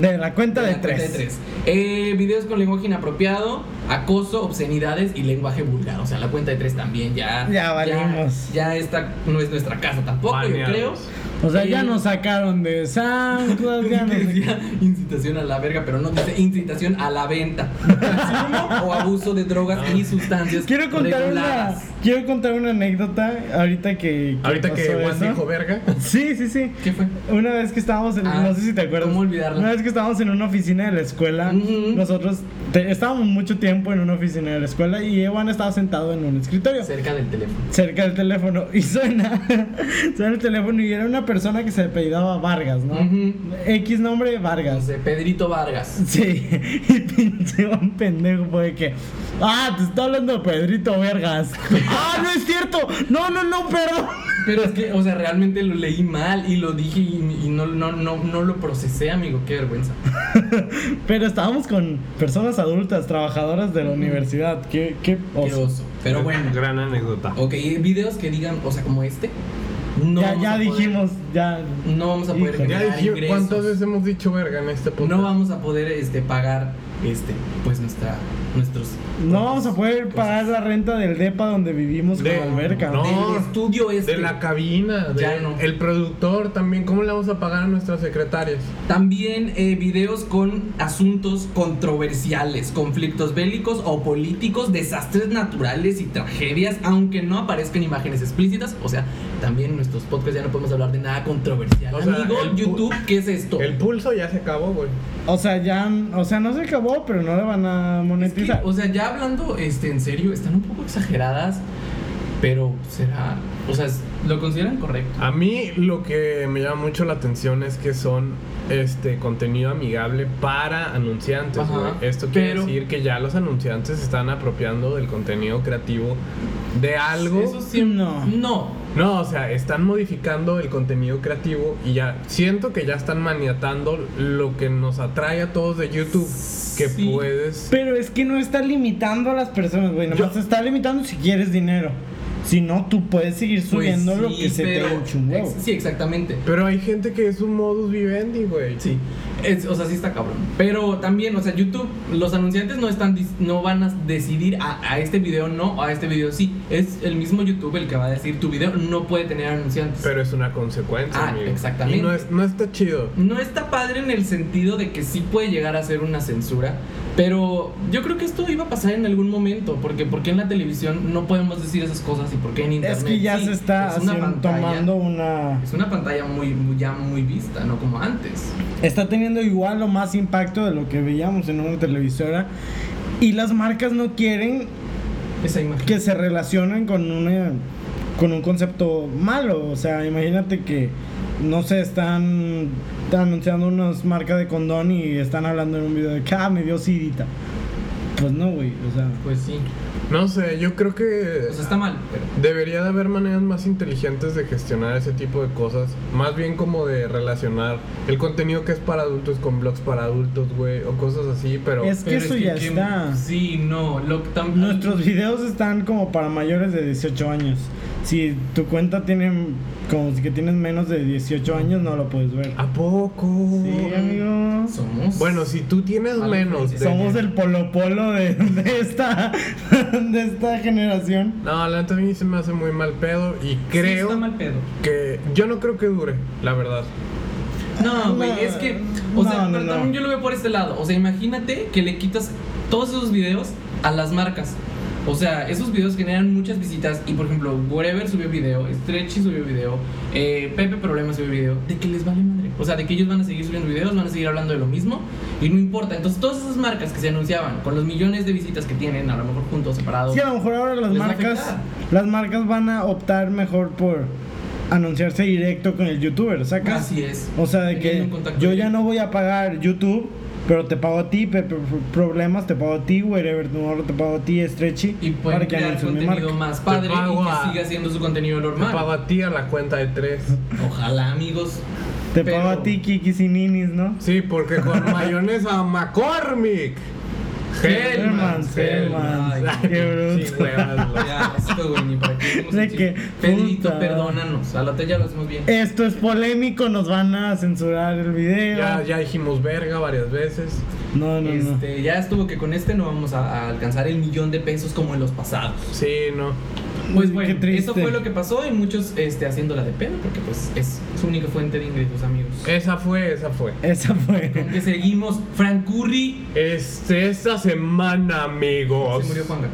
Speaker 2: De la cuenta de
Speaker 1: La cuenta de
Speaker 2: tres.
Speaker 1: Eh, videos con lenguaje inapropiado, acoso, obscenidades y lenguaje vulgar. O sea, la cuenta de tres también ya.
Speaker 2: Ya valimos.
Speaker 1: Ya, esta no es nuestra casa tampoco,
Speaker 3: Baneados.
Speaker 1: yo creo.
Speaker 2: O sea,
Speaker 1: Eh,
Speaker 2: ya nos sacaron de SoundCloud,
Speaker 1: [laughs]
Speaker 2: ya nos
Speaker 1: Decía incitación a la verga, pero no dice incitación a la venta. Consumo o abuso de drogas y sustancias.
Speaker 2: Quiero contar una,
Speaker 1: reguladas.
Speaker 2: quiero contar una anécdota ahorita que, que
Speaker 3: Ahorita que
Speaker 2: pasó
Speaker 3: Juan
Speaker 2: eso.
Speaker 3: dijo verga.
Speaker 2: Sí, sí, sí.
Speaker 1: ¿Qué fue?
Speaker 2: Una vez que estábamos en,
Speaker 1: Ah,
Speaker 2: no sé si te acuerdas.
Speaker 1: ¿cómo olvidarla?
Speaker 2: Una vez que estábamos en una oficina de la escuela,
Speaker 1: Ujú.
Speaker 2: nosotros te- estábamos mucho tiempo en una oficina de la escuela y Evan estaba sentado en un escritorio.
Speaker 1: Cerca del teléfono.
Speaker 2: cerca del teléfono y suena, [laughs] suena el teléfono y era una persona que se apellidaba Vargas, ¿no?
Speaker 1: Ujú.
Speaker 2: X nombre
Speaker 1: No
Speaker 2: Vargas.
Speaker 1: sé, Pedrito Vargas.
Speaker 2: Sí, [laughs] y pinche un pendejo fue de que, ah, te está hablando
Speaker 1: [laughs]
Speaker 2: Pedrito Vargas. ah, no es cierto, no, no, no, perdón.
Speaker 1: Pero es que, o sea, realmente lo leí mal y lo dije y, y no, no, no, no lo procesé, amigo. Qué vergüenza.
Speaker 2: Pero estábamos con personas adultas, trabajadoras de la universidad, qué, qué
Speaker 1: Qué
Speaker 2: oso.
Speaker 1: oso. Pero bueno.
Speaker 3: Gran anécdota.
Speaker 1: Ok, y videos que digan, o sea, como este. No
Speaker 2: ya
Speaker 1: vamos
Speaker 2: ya
Speaker 1: a poder-
Speaker 2: dijimos, ya.
Speaker 1: no vamos a poder
Speaker 2: Híjole.
Speaker 3: Ya
Speaker 1: generar
Speaker 3: dije,
Speaker 1: ingresos.
Speaker 3: ¿cuántas veces hemos dicho verga en este podcast?
Speaker 1: No vamos a poder este, pagar este, pues nuestra, nuestros.
Speaker 2: No vamos a poder
Speaker 1: cosas.
Speaker 2: pagar la renta del depa donde vivimos
Speaker 3: De-
Speaker 2: con alberca.
Speaker 3: no.
Speaker 1: Del estudio este.
Speaker 3: De la cabina, de-
Speaker 1: Ya no.
Speaker 3: el productor también. ¿Cómo le vamos a pagar a nuestras secretarias?
Speaker 1: También eh, videos con asuntos controversiales, conflictos bélicos o políticos, desastres naturales y tragedias, aunque no aparezcan imágenes explícitas. O sea, también en nuestros podcasts ya no podemos hablar de nada controversial.
Speaker 3: O sea,
Speaker 1: Amigo,
Speaker 3: el pu-
Speaker 1: YouTube, ¿qué es esto?
Speaker 3: El pulso ya se acabó, güey.
Speaker 2: O sea, ya, o sea, no se acabó, pero no le van a
Speaker 1: Es que,
Speaker 2: monetizar.
Speaker 1: o sea, ya hablando este, en serio, están un poco exageradas, pero será. O sea, es- lo consideran correcto.
Speaker 3: A mí lo que me llama mucho la atención es que son este contenido amigable para anunciantes.
Speaker 1: Ajá.
Speaker 3: güey. Esto quiere
Speaker 1: Pero-
Speaker 3: decir que ya los anunciantes se están apropiando del contenido creativo de algo.
Speaker 1: Eso sí,
Speaker 2: No.
Speaker 1: No.
Speaker 3: No, o sea, están modificando el contenido creativo y ya siento que ya están maniatando lo que nos atrae a todos de YouTube, que
Speaker 1: Sí.
Speaker 3: puedes
Speaker 2: pero es que no está limitando a las personas, güey. Nomás
Speaker 3: Yo-
Speaker 2: está limitando si quieres dinero. Si no, tú puedes seguir subiendo
Speaker 1: Pues
Speaker 2: lo
Speaker 1: sí,
Speaker 2: que se te
Speaker 1: pero-
Speaker 2: eche un huevo.
Speaker 1: ex- sí, exactamente.
Speaker 3: Pero hay gente que es un modus vivendi, güey.
Speaker 1: Sí. Es- o sea, sí está cabrón. Pero también, o sea, YouTube, los anunciantes no están dis- no van a decidir a, a este video no o a este video sí. Es el mismo YouTube el que va a decir tu video no puede tener anunciantes.
Speaker 3: Pero es una consecuencia,
Speaker 1: Ah,
Speaker 3: amigo.
Speaker 1: exactamente.
Speaker 3: Y no, es- no está chido.
Speaker 1: No está padre en el sentido de que sí puede llegar a ser una censura, pero yo creo que esto iba a pasar en algún momento, porque ¿por qué en la televisión no podemos decir esas cosas y por qué en internet?
Speaker 2: Es que ya
Speaker 1: sí?
Speaker 2: se está
Speaker 1: Es una
Speaker 2: haciendo-
Speaker 1: pantalla-
Speaker 2: tomando una.
Speaker 1: Es una pantalla muy, muy- ya muy vista, no como antes.
Speaker 2: Está teniendo igual o más impacto de lo que veíamos en una televisora. Y las marcas no quieren
Speaker 1: Esa imagen.
Speaker 2: que se relacionen con una con un concepto malo, o sea, imagínate que no sé, están, están anunciando unas marcas de condón y están hablando en un video de que ah, me dio sidita. Pues no, güey, o sea,
Speaker 1: Pues sí.
Speaker 3: No sé, yo creo que
Speaker 1: O sea, está mal, pero.
Speaker 3: debería de haber maneras más inteligentes de gestionar ese tipo de cosas. Más bien como de relacionar el contenido que es para adultos con blogs para adultos, güey, o cosas así, pero...
Speaker 2: Es- que
Speaker 1: pero
Speaker 2: eso ya está.
Speaker 1: Sí, no. Lo, que tam-
Speaker 2: nuestros videos están como para mayores de 18 años. Si tu cuenta tiene como si que tienes menos de 18 años no lo puedes ver.
Speaker 3: ¿A poco?
Speaker 2: Ah, Sí, amigo.
Speaker 1: Somos.
Speaker 3: Bueno, si tú tienes
Speaker 1: Vale,
Speaker 3: menos... de-
Speaker 2: Somos el polo polo de, de esta [laughs] de esta generación.
Speaker 3: No, la neta a mí se me hace muy mal pedo y creo
Speaker 1: Sí, está mal pedo.
Speaker 3: que... Yo no creo que dure, la verdad.
Speaker 1: No, güey,
Speaker 2: No,
Speaker 1: es que. O
Speaker 2: no,
Speaker 1: sea,
Speaker 2: no,
Speaker 1: pero
Speaker 2: no.
Speaker 1: también yo lo veo por este lado. O sea, imagínate que le quitas todos esos videos a las marcas. O sea, esos videos generan muchas visitas y por ejemplo, Whatever subió video, Stretchy subió video, eh, Pepe Problemas subió video, de que les vale madre. O sea, de que ellos van a seguir subiendo videos, van a seguir hablando de lo mismo y no importa. Entonces, todas esas marcas que se anunciaban con los millones de visitas que tienen, a lo mejor juntos, separados.
Speaker 2: Es que a lo mejor ahora las
Speaker 1: Les va a
Speaker 2: marcas,
Speaker 1: afectar.
Speaker 2: las marcas van a optar mejor por anunciarse directo con el youtuber, ¿sacas?
Speaker 1: Así es.
Speaker 2: O sea, de
Speaker 1: Ah, Teniendo
Speaker 2: que
Speaker 1: un contacto
Speaker 2: yo ya
Speaker 1: directo.
Speaker 2: no voy a pagar YouTube, pero te pago a ti, pe- pe- problemas, te pago a ti, wherever tomorrow te pago a ti, stretchy,
Speaker 1: Y pueden crear
Speaker 2: anuncies
Speaker 1: contenido más padre y
Speaker 3: pago
Speaker 1: que
Speaker 3: a-
Speaker 1: siga siendo su contenido
Speaker 3: Te pago
Speaker 1: normal.
Speaker 3: a ti a la cuenta de tres.
Speaker 1: Ojalá, amigos.
Speaker 2: Te
Speaker 1: pero-
Speaker 2: pago a ti, kikis y ninis, ¿no?
Speaker 3: Sí, porque con
Speaker 2: [laughs]
Speaker 3: mayonesa McCormick.
Speaker 2: Hellman's,
Speaker 3: Hellman's, Hellman's.
Speaker 1: Hellman's.
Speaker 3: Ay,
Speaker 2: Qué bruto.
Speaker 3: sí, huevas, güey.
Speaker 1: Ya, esto, güey, ni para qué hacemos
Speaker 2: [laughs] De
Speaker 1: el
Speaker 2: que,
Speaker 1: chiste. Pedrito,
Speaker 2: puta. Eh,
Speaker 1: perdónanos. A la talla lo hacemos bien.
Speaker 2: Esto es polémico, nos van a censurar el video.
Speaker 3: Ya, ya dijimos verga varias veces.
Speaker 2: No, no, no.
Speaker 1: Este, ya estuvo que con este no vamos a, a alcanzar el millón de pesos como en los pasados.
Speaker 3: Sí, no.
Speaker 1: Pues
Speaker 2: Uy,
Speaker 1: bueno,
Speaker 2: qué triste.
Speaker 1: eso fue lo que pasó y muchos este, haciéndola de pedo porque pues es su única fuente de ingresos, amigos.
Speaker 2: Eh.
Speaker 3: Esa fue, esa fue.
Speaker 2: Esa fue.
Speaker 1: [laughs] Con que seguimos, Frank Curry
Speaker 3: Este, esta semana, amigos.
Speaker 1: se murió Juanga.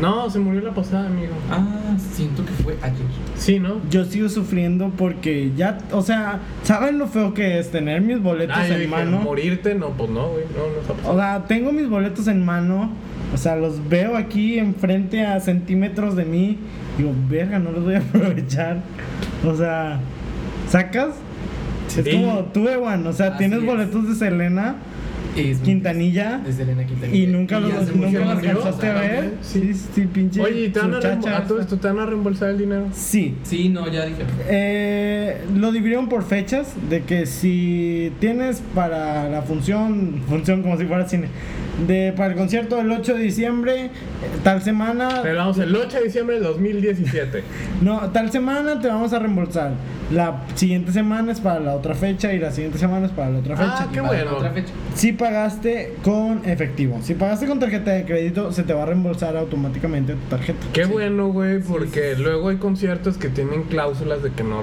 Speaker 3: No, se murió la pasada, amigo.
Speaker 1: Ah, siento que fue ayer.
Speaker 3: Sí, ¿no?
Speaker 2: [laughs] Yo sigo sufriendo porque ya, o sea, ¿saben lo feo que es tener mis boletos
Speaker 3: Ah, yo
Speaker 2: en
Speaker 3: dije,
Speaker 2: mano?
Speaker 3: morirte, no, pues no, güey. No, no está pasando.
Speaker 2: O sea, tengo mis boletos en mano, o sea, los veo aquí enfrente a centímetros de mí. Digo, verga, no los voy a [laughs] aprovechar. O sea, ¿sacas?
Speaker 3: Sí.
Speaker 2: Es como tú, Ewan, o sea,
Speaker 1: Así
Speaker 2: tienes
Speaker 1: es.
Speaker 2: desde Selena,
Speaker 1: Es
Speaker 2: Quintanilla,
Speaker 1: desde Elena Quintanilla.
Speaker 2: y nunca
Speaker 1: ya
Speaker 2: los
Speaker 1: se
Speaker 2: nunca
Speaker 1: murió
Speaker 2: los
Speaker 1: la señora,
Speaker 2: alcanzaste a ver.
Speaker 1: ¿no?
Speaker 2: Sí, sí, pinche.
Speaker 3: Oye, ¿y te van a, reembo-
Speaker 2: muchacha
Speaker 3: a todo
Speaker 2: esta.
Speaker 3: esto, ¿te van a reembolsar el dinero?
Speaker 2: Sí,
Speaker 1: Sí, no, ya dije.
Speaker 2: Eh, lo dividieron por fechas, de que si tienes para la función, función como si fuera cine, de para el concierto del 8 de diciembre, eh, tal semana,
Speaker 3: Te vamos el 8 de diciembre del 2017.
Speaker 2: no, tal semana te vamos a reembolsar. La siguiente semana es para la otra fecha y la siguiente semana es para la otra fecha.
Speaker 3: Ah, qué
Speaker 1: Para
Speaker 3: bueno.
Speaker 1: Otra fecha.
Speaker 2: Si pagaste con efectivo, si pagaste con tarjeta de crédito, se te va a reembolsar automáticamente tu tarjeta.
Speaker 3: Qué bueno, güey, porque luego hay conciertos que tienen cláusulas de que no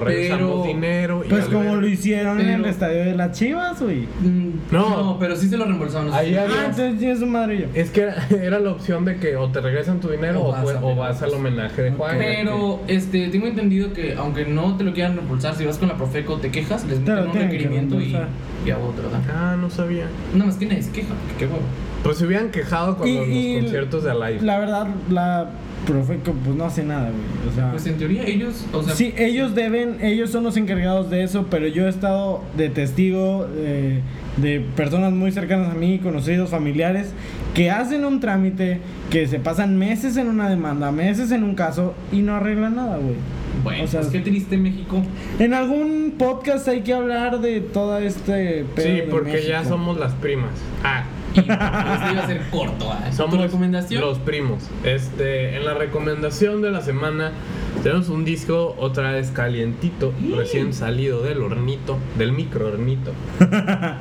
Speaker 1: Pero-
Speaker 3: regresamos dinero. y
Speaker 2: Pues
Speaker 3: al
Speaker 2: como
Speaker 3: ver-
Speaker 2: lo hicieron en el
Speaker 1: Pero-
Speaker 2: estadio de las Chivas, güey.
Speaker 1: Mm,
Speaker 3: No.
Speaker 1: no. pero sí se lo reembolsaron. no sé
Speaker 3: Ahí
Speaker 1: si-
Speaker 2: Ah,
Speaker 3: había-
Speaker 2: entonces tienes un madrillo.
Speaker 3: Es que [laughs] era, era la opción de que o te regresan tu dinero o,
Speaker 1: O
Speaker 3: fue-
Speaker 1: vas
Speaker 3: o vas,
Speaker 1: a ver-
Speaker 3: al homenaje de Juan.
Speaker 1: Pero este tengo entendido que aunque no te lo quieran reembolsar, si vas con la Profeco te quejas, les
Speaker 2: Te lo
Speaker 1: meten un
Speaker 2: tienen que
Speaker 1: requerimiento y,
Speaker 2: reembolsar.
Speaker 1: y a otro, ¿verdad?
Speaker 3: Ah, no sabía.
Speaker 1: Nada más que nadie se queja, que qué huevo.
Speaker 3: Pues se hubieran quejado con
Speaker 2: Y-
Speaker 3: los, los
Speaker 2: y-
Speaker 3: conciertos de Alive.
Speaker 2: La verdad, la Profeco pues no hace nada, güey. O sea,
Speaker 1: Pues en teoría ellos, o sea,
Speaker 2: Ah. sí, eh, ellos deben, ellos son los encargados de eso, pero yo he estado de testigo eh, de personas muy cercanas a mí, conocidos, familiares, que hacen un trámite, que se pasan meses en una demanda, meses en un caso y no arreglan nada, güey.
Speaker 1: bueno,
Speaker 2: o sea-
Speaker 1: pues qué triste México.
Speaker 2: En algún podcast hay que hablar de todo este pedo
Speaker 3: Sí,
Speaker 2: de
Speaker 3: porque ya
Speaker 2: México.
Speaker 3: somos las primas. Ah,
Speaker 1: Y este iba a ser corto. ¿ah?
Speaker 3: somos
Speaker 1: ¿Tu recomendación?
Speaker 3: los primos. Este, en la recomendación de la semana tenemos un disco otra vez calientito, recién salido del hornito, del
Speaker 1: [laughs]
Speaker 3: micro hornito.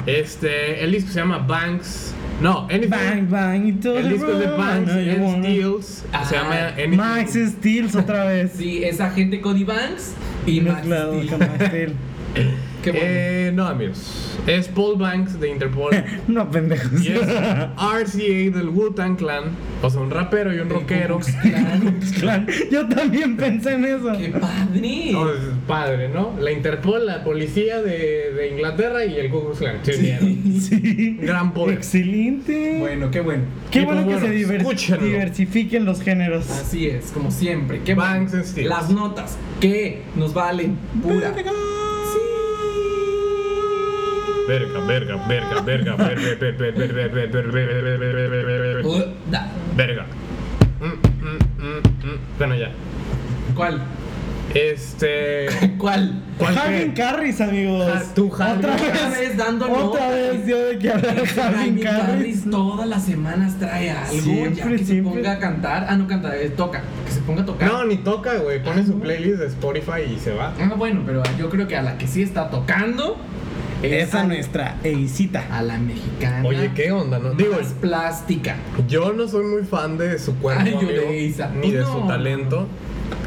Speaker 3: Este, el disco se llama Banks. No, Anything.
Speaker 2: Bang, bang, y todo.
Speaker 3: El disco
Speaker 1: [laughs]
Speaker 3: es de Banks and
Speaker 2: Steels.
Speaker 3: Steels. se
Speaker 1: Ah,
Speaker 3: llama Anything.
Speaker 2: Max Steels otra vez.
Speaker 1: Sí, es agente Cody Banks y Max
Speaker 2: Mezclado
Speaker 1: Steel.
Speaker 2: con Max Steel.
Speaker 1: [laughs] Qué bueno.
Speaker 3: Eh, no, amigos. Es Paul Banks de
Speaker 1: [laughs]
Speaker 3: Interpol.
Speaker 2: No, pendejos.
Speaker 3: y es RCA del Wu-Tang Clan. O sea, un rapero y
Speaker 1: Del
Speaker 3: un
Speaker 1: Ku
Speaker 3: rockero.
Speaker 1: Klux Klan.
Speaker 2: Claro, Yo también pensé en eso.
Speaker 1: Qué padre.
Speaker 3: No, es padre, ¿no? La Interpol, la policía de, de Inglaterra y el Ku Klux Klan.
Speaker 1: [laughs]
Speaker 3: Se unieron.
Speaker 2: Sí.
Speaker 3: Gran poder.
Speaker 2: Excelente.
Speaker 1: Bueno, qué bueno.
Speaker 2: Qué
Speaker 3: Y
Speaker 2: bueno
Speaker 3: pues
Speaker 2: que se
Speaker 3: bueno,
Speaker 2: diver-
Speaker 3: escúchenlo.
Speaker 2: diversifiquen los géneros.
Speaker 1: Así es, como siempre. Qué bueno.
Speaker 3: Banks and Steels.
Speaker 1: Las notas que nos valen pura.
Speaker 3: Verga, verga, verga, verga, verga, verga, verga, verga, verga, verga, verga,
Speaker 1: Puta.
Speaker 3: verga. Mm, mm, mm, mm. Bueno, ya.
Speaker 1: ¿Cuál? [laughs]
Speaker 3: Este.
Speaker 1: ¿Cuál?
Speaker 3: ¿cuál
Speaker 2: Javin
Speaker 3: fue?
Speaker 2: Carris, amigos.
Speaker 3: Ah, tú, Javin.
Speaker 2: Otra
Speaker 1: Otra
Speaker 2: vez.
Speaker 1: vez dando
Speaker 2: Otra
Speaker 1: nota.
Speaker 2: vez dio de qué hablar Javin
Speaker 1: Jaime
Speaker 2: Carris.
Speaker 1: Carris todas las semanas trae algo ya
Speaker 2: Siempre,
Speaker 1: que se
Speaker 2: siempre.
Speaker 1: ponga a cantar. Ah, no canta, eh, toca. Que se ponga a tocar.
Speaker 3: No, ni toca, güey. Pone su playlist de Spotify y se va.
Speaker 1: Ah, bueno, pero yo creo que a la que sí está tocando es
Speaker 2: Esa
Speaker 1: a,
Speaker 2: nuestra eisita.
Speaker 1: a la mexicana.
Speaker 3: Oye, ¿qué onda? No? Digo,
Speaker 1: es plástica.
Speaker 3: yo no soy muy fan de su cuerpo,
Speaker 1: Ay, yo de
Speaker 3: amigo,
Speaker 1: Isa.
Speaker 3: ni de su
Speaker 1: No.
Speaker 3: talento.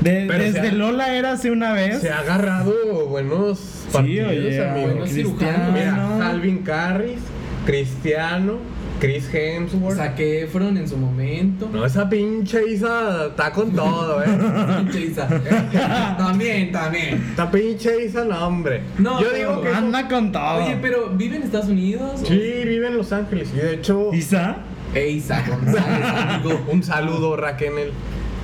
Speaker 2: De-
Speaker 3: Pero
Speaker 2: desde
Speaker 3: se ha-
Speaker 2: Lola era hace una vez.
Speaker 3: Se ha agarrado buenos partidos,
Speaker 2: oye,
Speaker 3: amigo.
Speaker 1: buenos
Speaker 2: Cristiano,
Speaker 1: cirujanos.
Speaker 3: Mira,
Speaker 2: ¿no?
Speaker 3: Calvin Carris, Cristiano, Chris Hemsworth.
Speaker 1: Zac Efron en su momento.
Speaker 3: No, esa pinche Isa está con
Speaker 1: [laughs]
Speaker 3: todo, eh.
Speaker 1: Pinche Isa. también,
Speaker 3: [laughs]
Speaker 1: también.
Speaker 3: Esta pinche Isa, no, hombre.
Speaker 1: No,
Speaker 3: Yo
Speaker 1: no,
Speaker 3: digo que.
Speaker 2: Anda con todo.
Speaker 1: Oye, pero ¿vive en Estados Unidos?
Speaker 3: Sí, vive en Los Ángeles. Y de hecho.
Speaker 2: ¿Isa?
Speaker 1: E Isa González, amigo.
Speaker 3: Un saludo, Raquel.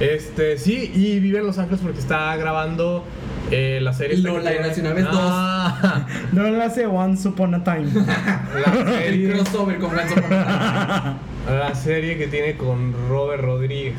Speaker 3: Este, sí, y vive en Los Ángeles porque está grabando eh, la serie. esta que
Speaker 1: Lola y
Speaker 3: tiene-
Speaker 1: Nacional Vez
Speaker 3: Ah,
Speaker 2: No la hace Once Upon a Time.
Speaker 3: la
Speaker 1: El
Speaker 3: [laughs] serie,
Speaker 1: crossover con Franz Zapata.
Speaker 3: la serie que tiene con Robert Rodríguez.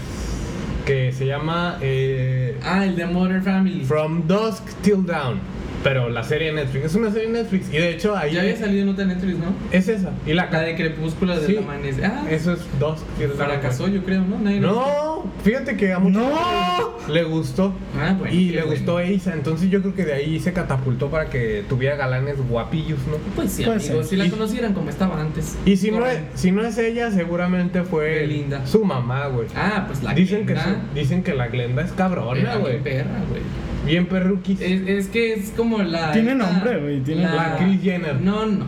Speaker 3: Que se llama eh,
Speaker 1: Ah, el de Modern Family.
Speaker 3: From Dusk Till Dawn. Pero la serie de Netflix. Es una serie de Netflix. Y de hecho, ahí.
Speaker 1: Ya había salido en otra Netflix, ¿no?
Speaker 3: Es esa. Y la
Speaker 1: La de Crepúsculo del
Speaker 3: Sí.
Speaker 1: amanecer. Ah,
Speaker 3: Eso es Dusk Till Dawn.
Speaker 1: fracasó, yo creo, ¿no? Nadie lo-
Speaker 3: No, fíjate que a muchos
Speaker 2: ¡No!
Speaker 3: le gustó.
Speaker 1: Ah, bueno,
Speaker 3: y
Speaker 1: qué
Speaker 3: le
Speaker 1: bueno.
Speaker 3: gustó a Isa, entonces yo creo que de ahí se catapultó para que tuviera galanes guapillos, ¿no?
Speaker 1: Pues sí,
Speaker 2: Puede
Speaker 1: amigos.
Speaker 2: ser.
Speaker 1: Si la
Speaker 3: Y-
Speaker 1: conocieran como estaba antes.
Speaker 3: Y si no,
Speaker 1: Corren.
Speaker 3: es, si no es ella, seguramente fue
Speaker 1: Qué linda.
Speaker 3: su mamá, güey.
Speaker 1: Ah, pues la
Speaker 3: dicen, que
Speaker 1: Glenda
Speaker 3: su- dicen que la Glenda es cabrona,
Speaker 1: era
Speaker 3: güey.
Speaker 1: bien perra, güey.
Speaker 3: Bien perruquis.
Speaker 1: Es, es que es como la.
Speaker 2: Tiene nombre, güey, tiene
Speaker 3: nombre. Kris Jenner.
Speaker 1: No, no.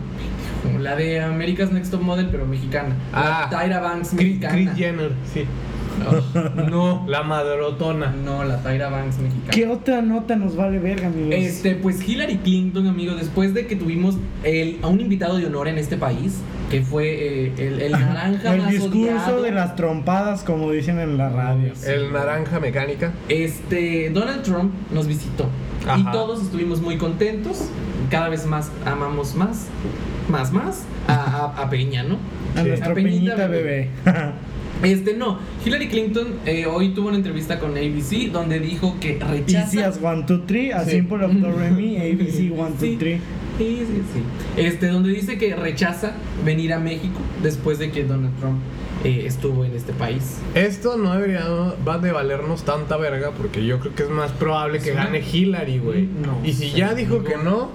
Speaker 1: Como la de America's Next Top Model, pero mexicana.
Speaker 3: Ah.
Speaker 1: La Tyra Banks
Speaker 3: Chris,
Speaker 1: mexicana.
Speaker 3: Jenner, sí.
Speaker 1: No, no,
Speaker 3: La madrotona.
Speaker 1: no, la Tyra Banks mexicana.
Speaker 2: ¿Qué otra nota nos vale verga, amigos?
Speaker 1: Este, pues Hillary Clinton, amigo, después de que tuvimos el, a un invitado de honor en este país, que fue eh, el, el naranja
Speaker 2: El
Speaker 1: más
Speaker 2: discurso
Speaker 1: odiado.
Speaker 2: de las trompadas, como dicen en las radios.
Speaker 3: El naranja mecánica.
Speaker 1: Este, Donald Trump nos visitó y
Speaker 3: Ajá.
Speaker 1: todos estuvimos muy contentos. Cada vez más amamos más, más, más a, a- a Peña, ¿no?
Speaker 2: A
Speaker 3: Sí.
Speaker 2: nuestro
Speaker 1: A Peñita
Speaker 2: Peñita
Speaker 1: Bebé. [laughs]
Speaker 2: bebé.
Speaker 1: Este, no. Hillary Clinton eh, hoy tuvo una entrevista con ABC donde dijo que rechaza.
Speaker 2: Easy as one, two, three, a
Speaker 3: Sí.
Speaker 2: simple of do,
Speaker 1: [laughs]
Speaker 2: re, mi, ABC, one,
Speaker 1: Sí.
Speaker 2: two, three.
Speaker 1: Sí, sí, sí. Este, donde dice que rechaza venir a México después de que Donald Trump eh, estuvo en este país.
Speaker 3: Esto no debería va de valernos tanta verga porque yo creo que es más probable que
Speaker 1: Sí.
Speaker 3: gane Hillary, güey.
Speaker 1: No
Speaker 3: y si
Speaker 1: sé,
Speaker 3: ya dijo
Speaker 1: amigo.
Speaker 3: que no,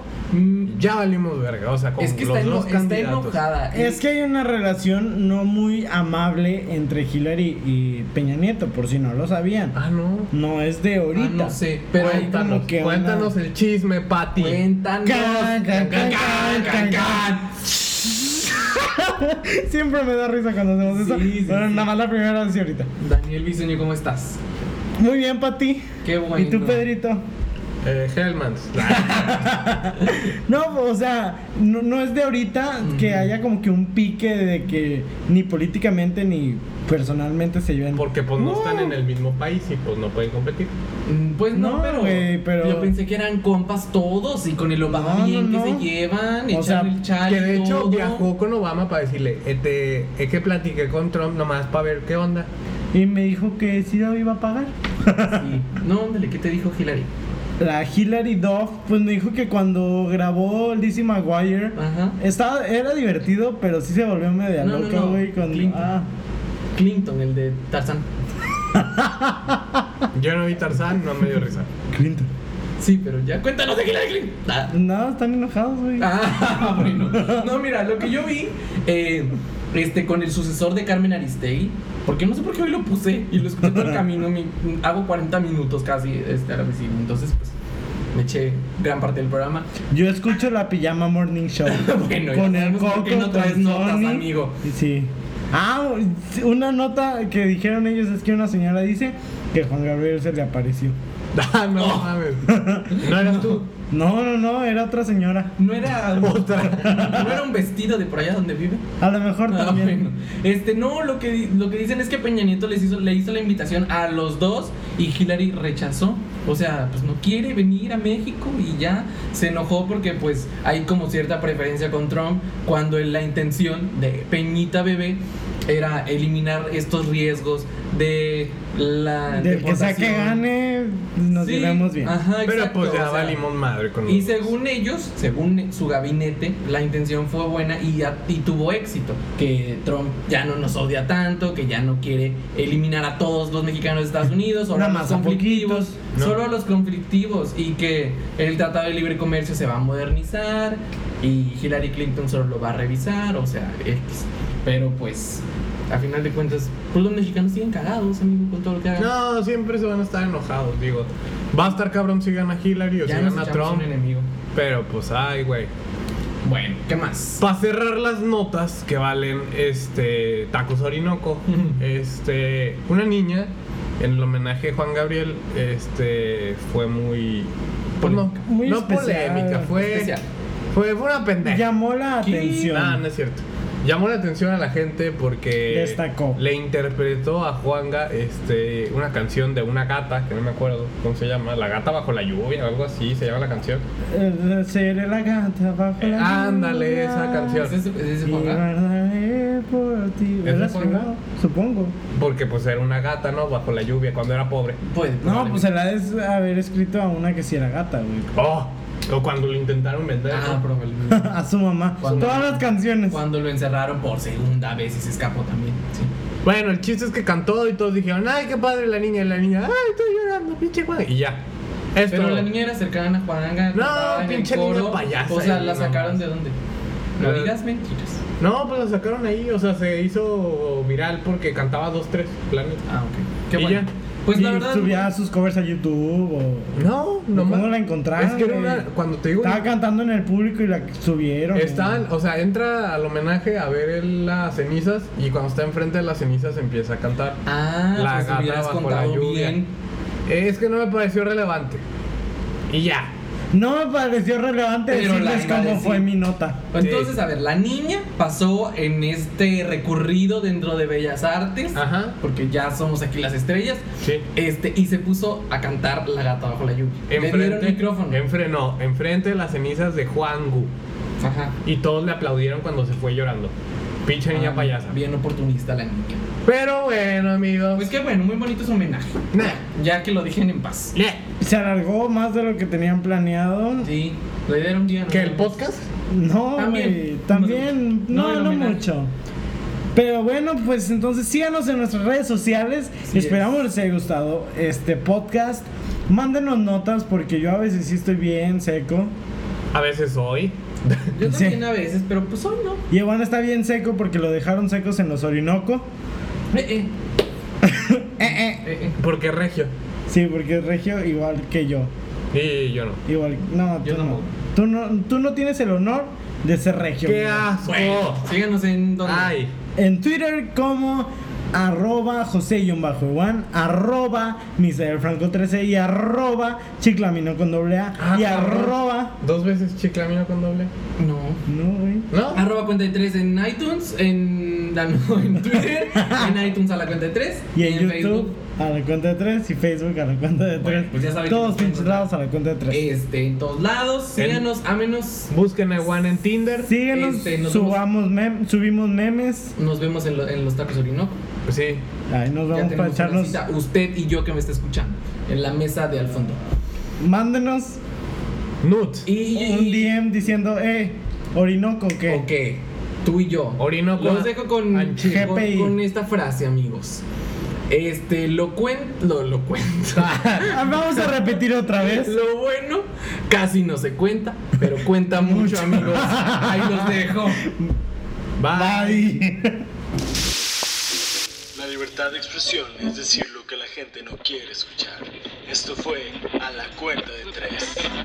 Speaker 3: ya valimos verga. O sea, Mm. con
Speaker 1: es que
Speaker 3: los
Speaker 1: está, eno-
Speaker 3: dos
Speaker 1: está
Speaker 3: candidatos.
Speaker 1: enojada.
Speaker 2: Es que hay una relación no muy amable entre Hillary y Peña Nieto, por si no lo sabían.
Speaker 3: Ah, no.
Speaker 2: No es de ahorita.
Speaker 1: Ah, no sé, pero hay
Speaker 2: Cuenta.
Speaker 3: cuéntanos,
Speaker 2: como que una-
Speaker 3: cuéntanos el chisme, Pati.
Speaker 1: Cuéntanos.
Speaker 2: Can, can,
Speaker 1: Can,
Speaker 2: can,
Speaker 1: can,
Speaker 2: can,
Speaker 1: can.
Speaker 2: Siempre me da risa cuando hacemos
Speaker 1: Sí,
Speaker 2: eso.
Speaker 1: sí,
Speaker 2: pero
Speaker 1: sí.
Speaker 2: nada más la primera vez y ahorita.
Speaker 1: Daniel Bisoño, ¿cómo estás?
Speaker 2: Muy bien, Pati.
Speaker 1: Qué bueno.
Speaker 2: ¿Y tú, Pedrito?
Speaker 3: Eh, Hellmans.
Speaker 2: No, o sea, no, no es de ahorita que
Speaker 1: Ujú.
Speaker 2: haya como que un pique de que ni políticamente ni personalmente se lleven.
Speaker 3: Porque pues no están
Speaker 2: No.
Speaker 3: en el mismo país y pues no pueden competir.
Speaker 1: Mm, Pues no,
Speaker 2: No,
Speaker 1: pero,
Speaker 2: güey, pero-
Speaker 1: yo pensé que eran compas todos y con el Obama
Speaker 2: No,
Speaker 1: bien
Speaker 2: no,
Speaker 1: que
Speaker 2: no.
Speaker 1: se llevan,
Speaker 2: O sea,
Speaker 1: echando el chal
Speaker 3: que de
Speaker 1: y
Speaker 3: hecho
Speaker 1: todo.
Speaker 3: viajó con Obama para decirle, este, es que platiqué con Trump nomás para ver qué onda.
Speaker 2: Y me dijo que sí lo iba a pagar. [laughs]
Speaker 1: Sí. No, ándale, ¿qué te dijo Hillary?
Speaker 2: La Hillary Duff, pues me dijo que cuando grabó Lizzie McGuire,
Speaker 1: Ajá.
Speaker 2: estaba, era divertido, pero sí se volvió media
Speaker 1: Ah. No, no,
Speaker 2: loca,
Speaker 1: no,
Speaker 2: güey. cuando-
Speaker 1: Clinton.
Speaker 2: ah.
Speaker 1: Clinton, el de Tarzán.
Speaker 3: Yo no vi Tarzán, no me
Speaker 1: [laughs]
Speaker 3: dio risa.
Speaker 2: Clinton.
Speaker 1: Sí, pero ya cuéntanos de Hillary Clinton. Ah.
Speaker 2: No, están enojados, güey.
Speaker 1: Ah, [laughs] bueno. No, mira, lo que yo vi eh, este, con el sucesor de Carmen Aristegui, porque no sé por qué hoy lo puse y lo escuché todo el camino, mi- hago 40 minutos casi este, a la vecina, entonces pues me eché gran parte del programa.
Speaker 2: Yo escucho la pijama morning show.
Speaker 1: [laughs] Bueno, ya sabemos por qué no traes
Speaker 2: con
Speaker 1: notas,
Speaker 2: Sony.
Speaker 1: amigo.
Speaker 2: Sí. Ah, una nota que dijeron ellos es que una señora dice que Juan Gabriel se le apareció.
Speaker 3: Ah, no mames. No eras tú.
Speaker 2: No, no, no, era otra señora.
Speaker 1: No era, no era un vestido de por allá donde vive.
Speaker 2: A lo mejor
Speaker 1: Ah,
Speaker 2: también.
Speaker 1: bueno. Este, no, lo que, di- lo que dicen es que Peña Nieto les hizo, le hizo la invitación a los dos y Hillary rechazó. O sea, pues no quiere venir a México y ya se enojó porque pues hay como cierta preferencia con Trump cuando en la intención de Peñita Bebé era eliminar estos riesgos de la
Speaker 2: Del que sea que
Speaker 1: deportación.
Speaker 2: gane, pues, nos
Speaker 1: Sí, Ah.
Speaker 2: llevamos bien.
Speaker 1: ajá,
Speaker 3: Pero
Speaker 1: exacto,
Speaker 3: pues ya
Speaker 1: o sea,
Speaker 3: valimos madre con
Speaker 1: y
Speaker 3: los-
Speaker 1: según ellos, según su gabinete, la intención fue buena y, ya- y tuvo éxito. Que Trump ya no nos odia tanto, que ya no quiere eliminar a todos los mexicanos de Estados Unidos, solo a
Speaker 2: Nada
Speaker 1: los
Speaker 2: más a
Speaker 1: conflictivos,
Speaker 2: poquitos,
Speaker 3: ¿no?
Speaker 1: solo a los conflictivos y que el Tratado de Libre Comercio se va a modernizar y Hillary Clinton solo lo va a revisar, o sea, X. Pero pues, a final de cuentas, pues los mexicanos siguen cagados, amigo, con todo lo que hagan.
Speaker 3: No, siempre se van a estar enojados, digo. Va a estar cabrón si gana Hillary o
Speaker 1: ya
Speaker 3: si
Speaker 1: nos
Speaker 3: gana
Speaker 1: echamos
Speaker 3: Trump.
Speaker 1: un enemigo.
Speaker 3: Pero pues, ay, güey.
Speaker 1: Bueno, ¿qué más?
Speaker 3: Para cerrar las notas que valen este
Speaker 2: [laughs]
Speaker 3: Tacos Orinoco, este una niña en el homenaje a Juan Gabriel este fue muy pues no,
Speaker 2: Polémica. Muy
Speaker 3: no
Speaker 2: especial.
Speaker 3: polémica, fue,
Speaker 1: Especial.
Speaker 3: fue fue una pendeja.
Speaker 2: Llamó la
Speaker 1: ¿Qué?
Speaker 2: atención.
Speaker 1: Ah,
Speaker 3: Nah, no es cierto. Llamó la atención a la gente porque
Speaker 2: Destacó.
Speaker 3: le interpretó a Juanga este, una canción de una gata, que no me acuerdo cómo se llama, La gata bajo la lluvia o algo así, se llama la canción.
Speaker 2: Eh, Seré la gata bajo
Speaker 3: Eh,
Speaker 2: la
Speaker 3: ándale,
Speaker 2: lluvia.
Speaker 3: esa canción.
Speaker 1: ¿Es ese, es ese
Speaker 2: Y
Speaker 1: Juanga?
Speaker 2: guardaré por ti.
Speaker 3: ¿Es
Speaker 2: ¿Era
Speaker 3: de Juanga?
Speaker 2: su- Supongo.
Speaker 3: Porque pues era una gata, ¿no? Bajo la lluvia cuando era pobre.
Speaker 1: Puede,
Speaker 2: No, pues se
Speaker 1: probablemente.
Speaker 2: la debes haber escrito a una que sí era gata, güey. [laughs]
Speaker 3: Oh, o cuando lo intentaron vender.
Speaker 1: Ah,
Speaker 3: ¿no?
Speaker 1: probablemente.
Speaker 3: [laughs]
Speaker 2: A su mamá.
Speaker 1: Cuando-
Speaker 2: Todas las canciones.
Speaker 1: Cuando lo encerraron por segunda vez y se escapó también. Sí.
Speaker 3: Bueno, el chiste es que cantó y todos dijeron, ay, qué padre la niña, y la niña, ay, estoy llorando, pinche Juanga. Y ya. Esto.
Speaker 1: Pero la niña era cercana a Juanga.
Speaker 3: No,
Speaker 1: cantaba en el
Speaker 3: pinche eh, niña
Speaker 1: coro.
Speaker 3: payasa
Speaker 1: O sea,
Speaker 3: y
Speaker 1: la
Speaker 3: mamá.
Speaker 1: sacaron de dónde? No
Speaker 3: Eh.
Speaker 1: digas mentiras.
Speaker 3: No, pues la sacaron ahí, o sea, se hizo viral porque cantaba dos, tres planes.
Speaker 1: Ah, ok. Qué
Speaker 3: ¿Y
Speaker 1: bueno.
Speaker 3: ya?
Speaker 1: Pues
Speaker 2: y
Speaker 1: la verdad.
Speaker 2: subía sus covers a YouTube o.
Speaker 3: No, no
Speaker 2: ¿Cómo
Speaker 3: más.
Speaker 2: la encontraron,
Speaker 3: Es que era una.
Speaker 2: güey?
Speaker 3: Cuando te digo.
Speaker 2: Estaba cantando en el público y la subieron.
Speaker 3: Están, o sea, entra al homenaje a ver el- las cenizas y cuando está enfrente de las cenizas empieza a cantar.
Speaker 1: Ah,
Speaker 3: La
Speaker 1: pues
Speaker 3: gata
Speaker 1: hubieras
Speaker 3: bajo la
Speaker 1: contado
Speaker 3: lluvia.
Speaker 1: bien.
Speaker 3: Es que no me pareció relevante. Y ya.
Speaker 2: No me pareció relevante
Speaker 1: Pero la
Speaker 2: decirles
Speaker 1: iba a
Speaker 2: cómo
Speaker 1: decir.
Speaker 2: fue mi nota.
Speaker 1: Entonces, a ver, la niña pasó en este recurrido dentro de Bellas Artes,
Speaker 3: Ajá.
Speaker 1: porque ya somos aquí las estrellas,
Speaker 3: Sí.
Speaker 1: este, y se puso a cantar La gata bajo la lluvia. Le dieron
Speaker 3: Enfrente,
Speaker 1: micrófono.
Speaker 3: enfre- no, enfrente de las cenizas de Juan Gu.
Speaker 1: Ajá.
Speaker 3: Y todos le aplaudieron cuando se fue llorando. Pinche niña
Speaker 1: Ah,
Speaker 3: payasa.
Speaker 1: Bien oportunista la niña.
Speaker 3: Pero bueno, amigos.
Speaker 1: Pues qué bueno, muy bonito su homenaje.
Speaker 3: Nah,
Speaker 1: Ya que lo dejen en paz.
Speaker 3: nah.
Speaker 2: Se alargó más de lo que tenían planeado.
Speaker 1: Sí, le dieron un día. ¿no?
Speaker 3: ¿Que el podcast?
Speaker 2: No,
Speaker 1: También.
Speaker 2: güey, también,
Speaker 1: No,
Speaker 2: no,
Speaker 1: el
Speaker 2: no,
Speaker 1: homenaje.
Speaker 2: mucho. Pero bueno, pues entonces síganos en nuestras redes sociales.
Speaker 1: Así
Speaker 2: Esperamos
Speaker 1: es.
Speaker 2: les haya gustado este podcast. Mándenos notas porque yo a veces sí estoy bien seco.
Speaker 3: A veces hoy.
Speaker 1: Yo
Speaker 2: Sí.
Speaker 1: también a veces, pero pues hoy no.
Speaker 2: Y Iván está bien seco porque lo dejaron secos en los Orinoco.
Speaker 1: Eh, eh, eh, eh.
Speaker 3: Porque es regio.
Speaker 2: Sí, porque es regio igual que yo.
Speaker 3: Y yo no.
Speaker 2: Igual, no, tú
Speaker 1: Yo
Speaker 2: no.
Speaker 1: no.
Speaker 2: Tú no, tú no tienes el honor de ser regio.
Speaker 3: ¡Qué
Speaker 2: amigo.
Speaker 3: asco!
Speaker 1: Bueno,
Speaker 2: Oh.
Speaker 1: síganos en donde.
Speaker 3: Ay.
Speaker 2: En Twitter como arroba José-Juan, arroba Misael Franco 13 y arroba Chiclamino con doble A
Speaker 3: Ah,
Speaker 2: y
Speaker 3: cabrón.
Speaker 2: arroba...
Speaker 3: ¿Dos veces chiclamino con doble?
Speaker 1: No.
Speaker 2: No, güey.
Speaker 3: ¿No?
Speaker 1: Arroba cuenta de tres en iTunes, en, ah, no, [laughs] en Twitter, en iTunes a la cuenta de tres
Speaker 2: Y en YouTube
Speaker 1: Facebook.
Speaker 2: a la cuenta de 3 y Facebook a la cuenta de 3.
Speaker 1: Bueno, pues ya saben que
Speaker 2: Todos
Speaker 1: nos pueden
Speaker 2: pinches lados a la cuenta de 3.
Speaker 1: Este, en todos lados.
Speaker 3: En-
Speaker 1: Síganos, ámenos.
Speaker 3: Busquen a Juan en Tinder.
Speaker 2: Síguenos,
Speaker 1: este, nos
Speaker 2: subamos mem- subimos memes.
Speaker 1: Nos vemos en, lo- en los tacos Orinoco.
Speaker 3: Pues sí.
Speaker 2: Ahí nos
Speaker 1: Ya
Speaker 2: vamos para
Speaker 1: tenemos una
Speaker 2: echarnos.
Speaker 1: cita, usted y yo que me está escuchando. En la mesa de al fondo.
Speaker 2: Mándenos
Speaker 3: Nut.
Speaker 1: Y, y-
Speaker 2: un DM diciendo, eh, Orinoco, que
Speaker 1: Ok, tú y yo.
Speaker 3: Orinoco.
Speaker 1: Los dejo con,
Speaker 3: Anchi.
Speaker 1: con,
Speaker 2: GPI.
Speaker 1: con esta frase, amigos. Este, lo cuento, lo [laughs] cuento.
Speaker 2: Ah, Vamos a repetir otra
Speaker 1: [laughs]
Speaker 2: vez.
Speaker 1: Lo bueno casi no se cuenta, pero cuenta mucho,
Speaker 2: Mucho.
Speaker 1: [laughs] amigos. Ahí los dejo.
Speaker 2: Bye.
Speaker 4: La libertad de expresión es decir lo que la gente no quiere escuchar. Esto fue a la cuenta de tres.